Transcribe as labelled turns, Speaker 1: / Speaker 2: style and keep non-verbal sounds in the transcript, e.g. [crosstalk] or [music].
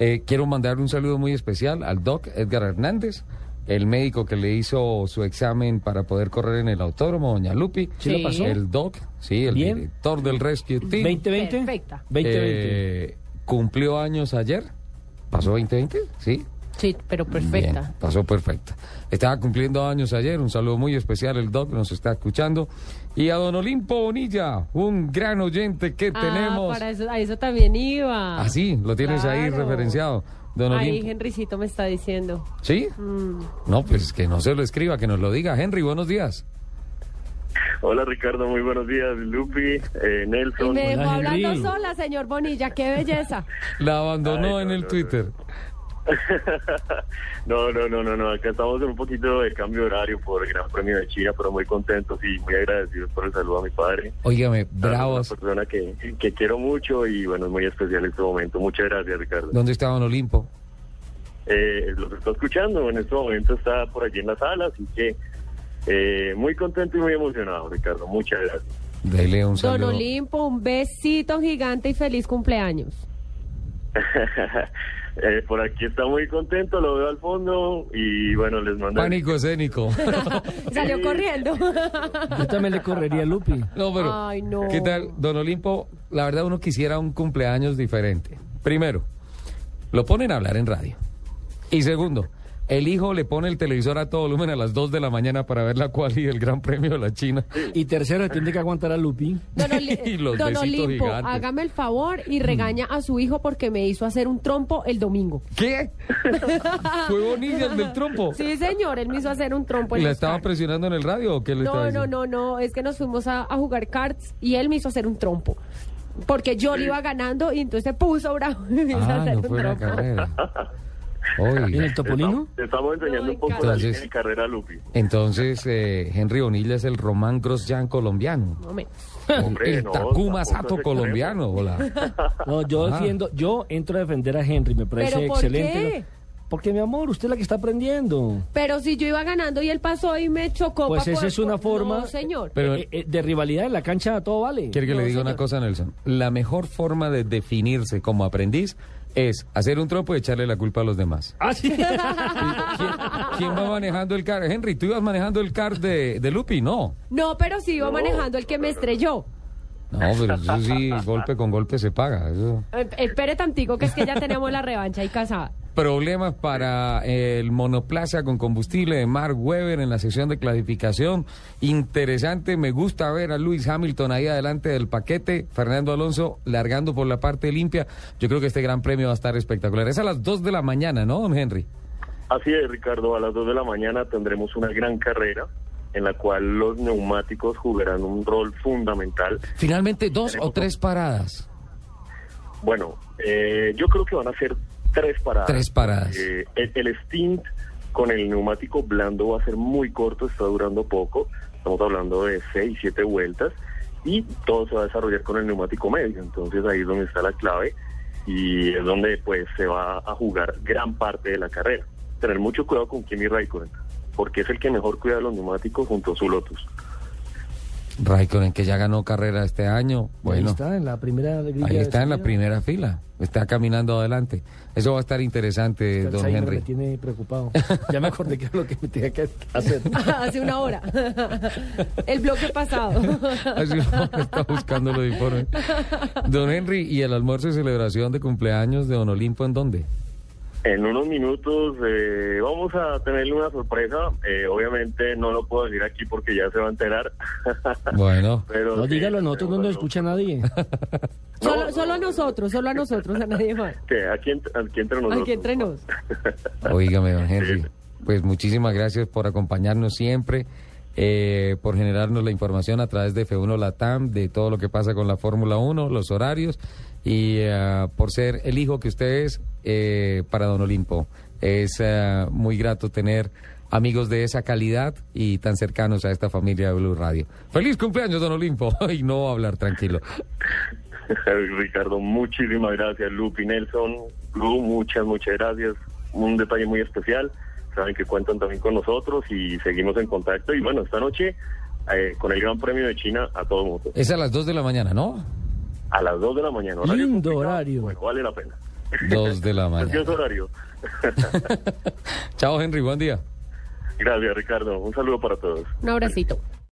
Speaker 1: Eh, quiero mandar un saludo muy especial al doc Edgar Hernández, el médico que le hizo su examen para poder correr en el autódromo, doña Lupi.
Speaker 2: ¿Sí lo pasó?
Speaker 1: El doc, sí, el
Speaker 2: Bien.
Speaker 1: director del Rescue Team.
Speaker 2: 2020.
Speaker 3: Perfecta.
Speaker 2: 2020.
Speaker 1: Eh, cumplió años ayer. ¿Pasó 2020? Sí.
Speaker 3: Sí, pero perfecta.
Speaker 1: Bien, pasó perfecta. Estaba cumpliendo años ayer. Un saludo muy especial. El Doc nos está escuchando. Y a don Olimpo Bonilla, un gran oyente que
Speaker 3: Ah,
Speaker 1: tenemos.
Speaker 3: para eso, a eso también iba.
Speaker 1: Así, lo tienes ahí
Speaker 3: Claro.
Speaker 1: referenciado. Don
Speaker 3: Ahí
Speaker 1: Olimpo.
Speaker 3: Henrycito me está diciendo.
Speaker 1: ¿Sí?
Speaker 3: Mm.
Speaker 1: No, pues que no se lo escriba, que nos lo diga. Henry, buenos días.
Speaker 4: Hola Ricardo, muy buenos días, Lupi, eh,
Speaker 3: Y
Speaker 4: Nelson.
Speaker 3: me dejó
Speaker 2: Hola,
Speaker 3: hablando
Speaker 2: Henry.
Speaker 3: sola, señor Bonilla. ¡Qué belleza!
Speaker 1: La abandonó
Speaker 4: Ay,
Speaker 1: en
Speaker 4: no,
Speaker 1: el
Speaker 4: no,
Speaker 1: Twitter.
Speaker 4: [laughs] no, no, no, no, no, acá estamos en un poquito de cambio de horario por el Gran Premio de China, pero muy contentos y muy agradecidos por el saludo a mi padre.
Speaker 1: Óigame,
Speaker 4: Una
Speaker 1: bravos.
Speaker 4: persona que, que quiero mucho y bueno, es muy especial este momento. Muchas gracias Ricardo.
Speaker 1: ¿Dónde está don Olimpo?
Speaker 4: Eh, los está escuchando, en este momento está por allí en la sala, así que eh, muy contento y muy emocionado Ricardo. Muchas gracias. [laughs]
Speaker 1: Dele [laughs] un
Speaker 3: Don
Speaker 1: saludo.
Speaker 3: Olimpo, un besito gigante y feliz cumpleaños.
Speaker 4: Eh, por aquí está muy contento, lo veo al fondo y bueno, les mando...
Speaker 1: Pánico
Speaker 3: [laughs]
Speaker 1: escénico.
Speaker 3: Salió corriendo.
Speaker 2: Yo también le correría a Lupi.
Speaker 1: No, pero.
Speaker 3: Ay, no.
Speaker 1: ¿Qué tal, don Olimpo? La verdad, uno quisiera un cumpleaños diferente. Primero, lo ponen a hablar en radio. Y segundo, el hijo le pone el televisor a todo volumen a las 2 de la mañana para ver la cual y el Gran Premio de la China.
Speaker 2: Y tercero, tiene que aguantar a Lupi.
Speaker 3: Don, Oli-
Speaker 1: Y los
Speaker 3: Don
Speaker 1: besitos
Speaker 3: Olimpo,
Speaker 1: gigantes. Mm.
Speaker 3: hágame el favor y regaña a su hijo porque me hizo hacer un trompo el domingo. [laughs]
Speaker 1: ¿Qué? ¿Fue Bonilla el del trompo?
Speaker 3: Sí, señor, él me hizo hacer un trompo.
Speaker 1: ¿Y
Speaker 4: Pues
Speaker 3: en
Speaker 1: la
Speaker 3: los
Speaker 1: estaba
Speaker 3: cards.
Speaker 1: presionando en el radio o qué le estaba
Speaker 3: No, no,
Speaker 1: diciendo?
Speaker 3: no, no, es que nos fuimos a, a jugar cards y él me hizo hacer un trompo. Porque yo le iba ganando y entonces se puso bravo. [laughs] y me
Speaker 4: [laughs]
Speaker 3: hizo
Speaker 1: Ah,
Speaker 3: hacer
Speaker 1: no
Speaker 3: un
Speaker 1: fue una
Speaker 3: trompo. [laughs]
Speaker 1: carrera.
Speaker 2: ¿Y en
Speaker 1: Oiga.
Speaker 2: el Topolino?
Speaker 4: Te estamos enseñando
Speaker 3: No,
Speaker 4: un poco
Speaker 1: Ricardo.
Speaker 4: la línea
Speaker 1: Entonces-
Speaker 4: de carrera, Lupi.
Speaker 1: Entonces, eh, Henry Bonilla es el Román Grosjean
Speaker 4: [laughs]
Speaker 1: colombiano.
Speaker 3: No, menos.
Speaker 4: Hombre,
Speaker 1: el
Speaker 4: no,
Speaker 1: Takuma
Speaker 4: tampoco
Speaker 1: Sato
Speaker 4: es extremo.
Speaker 1: colombiano.
Speaker 4: [laughs]
Speaker 1: Hola.
Speaker 2: No, yo
Speaker 1: Ah.
Speaker 2: defiendo, yo entro a defender a Henry, me parece
Speaker 3: ¿Pero por
Speaker 2: excelente.
Speaker 3: qué?
Speaker 2: Porque mi amor, usted es la que está aprendiendo.
Speaker 3: Pero si yo iba ganando y él pasó y me chocó.
Speaker 2: Pues
Speaker 3: pa'
Speaker 2: esa
Speaker 3: poder-
Speaker 2: es una forma-
Speaker 3: No, señor.
Speaker 1: Pero-
Speaker 2: Eh, eh, de rivalidad en la cancha todo vale.
Speaker 1: Quiere que le diga una cosa, Nelson. La mejor forma de definirse como aprendiz es hacer un trompo y echarle la culpa a los demás.
Speaker 2: Ah, sí.
Speaker 1: ¿Quién, quién va manejando el car? Henry, tú ibas manejando el car de, de Lupi, no.
Speaker 3: No, pero si iba
Speaker 4: No,
Speaker 3: manejando el que me estrelló.
Speaker 1: No, pero eso sí, golpe con golpe se paga. Eso.
Speaker 3: Eh, Espere tantico que es que ya tenemos la revancha y casada. [laughs]
Speaker 1: Problemas para el monoplaza con combustible de Mark Webber en la sesión de clasificación. Interesante, me gusta ver a Lewis Hamilton ahí adelante del paquete. Fernando Alonso largando por la parte limpia. Yo creo que este gran premio va a estar espectacular. Es a las 2 de la mañana, ¿no, don Henry?
Speaker 4: Así es, Ricardo. A las 2 de la mañana tendremos una gran carrera en la cual los neumáticos jugarán un rol fundamental.
Speaker 1: Finalmente, dos o tres paradas.
Speaker 4: Bueno, eh, yo creo que van a ser tres
Speaker 2: Ah,
Speaker 4: paradas.
Speaker 1: Tres paradas.
Speaker 4: Eh, el, el stint con el neumático blando va a ser muy corto, está durando poco. Estamos hablando de seis, siete vueltas. Y todo se va a desarrollar con el neumático medio. Entonces ahí es donde está la clave y es donde pues se va a jugar gran parte de la carrera. Tener mucho cuidado con Kimi Raikkonen, porque es el que mejor cuida los neumáticos junto a su Lotus.
Speaker 1: Raikkonen, que ya ganó carrera este año.
Speaker 2: Ahí
Speaker 1: Bueno,
Speaker 2: está, en la primera grilla
Speaker 1: ahí
Speaker 2: de
Speaker 1: está en la
Speaker 2: salida.
Speaker 1: primera fila. Está caminando adelante. Eso va a estar interesante,
Speaker 2: El
Speaker 1: don
Speaker 2: Alzheimer
Speaker 1: Henry.
Speaker 2: me tiene preocupado. Ya me acordé que era lo que me tenía que hacer.
Speaker 3: Hace una hora. [laughs] El bloque
Speaker 1: [laughs]
Speaker 3: pasado.
Speaker 1: Así no, [laughs] está buscando los informes. Don Henry, ¿y el almuerzo y celebración de cumpleaños de Don Olimpo en dónde?
Speaker 4: En unos minutos eh, vamos a tenerle una sorpresa. Eh, obviamente no lo puedo decir aquí porque ya se va a enterar.
Speaker 1: Bueno,
Speaker 4: Pero
Speaker 2: No,
Speaker 4: sí,
Speaker 2: dígalo, a nosotros no nos escucha nadie.
Speaker 4: No,
Speaker 3: Solo,
Speaker 4: no,
Speaker 3: solo a nosotros, solo a nosotros, a nadie más.
Speaker 4: que Aquí, ent- aquí entre nosotros.
Speaker 3: Aquí entre nos.
Speaker 1: oígame, Don Henry. Pues muchísimas gracias por acompañarnos siempre. eh, por generarnos la información a través de F1 Latam, de todo lo que pasa con la Fórmula 1, los horarios y ah, por ser el hijo que usted es eh, para Don Olimpo. Es ah, muy grato tener amigos de esa calidad y tan cercanos a esta familia de Blue Radio. Feliz cumpleaños, Don Olimpo. [laughs] Y no voy a hablar tranquilo.
Speaker 4: [laughs] Ricardo, muchísimas gracias. Lupi, Nelson, Blue, muchas, muchas gracias. Un detalle muy especial. Saben que cuentan también con nosotros y seguimos en contacto. Y bueno, esta noche eh, con el Gran Premio de China a todo mundo.
Speaker 2: Eh.
Speaker 1: Es a las 2 de la mañana, ¿no?
Speaker 4: A las 2 de la mañana.
Speaker 2: Lindo
Speaker 4: complicado.
Speaker 2: horario.
Speaker 4: Bueno, vale la pena.
Speaker 1: 2 de la mañana.
Speaker 4: Precioso horario. [laughs]
Speaker 1: [laughs] Chao, Henry. Buen día.
Speaker 4: Gracias, Ricardo. Un saludo para todos.
Speaker 3: Un abracito.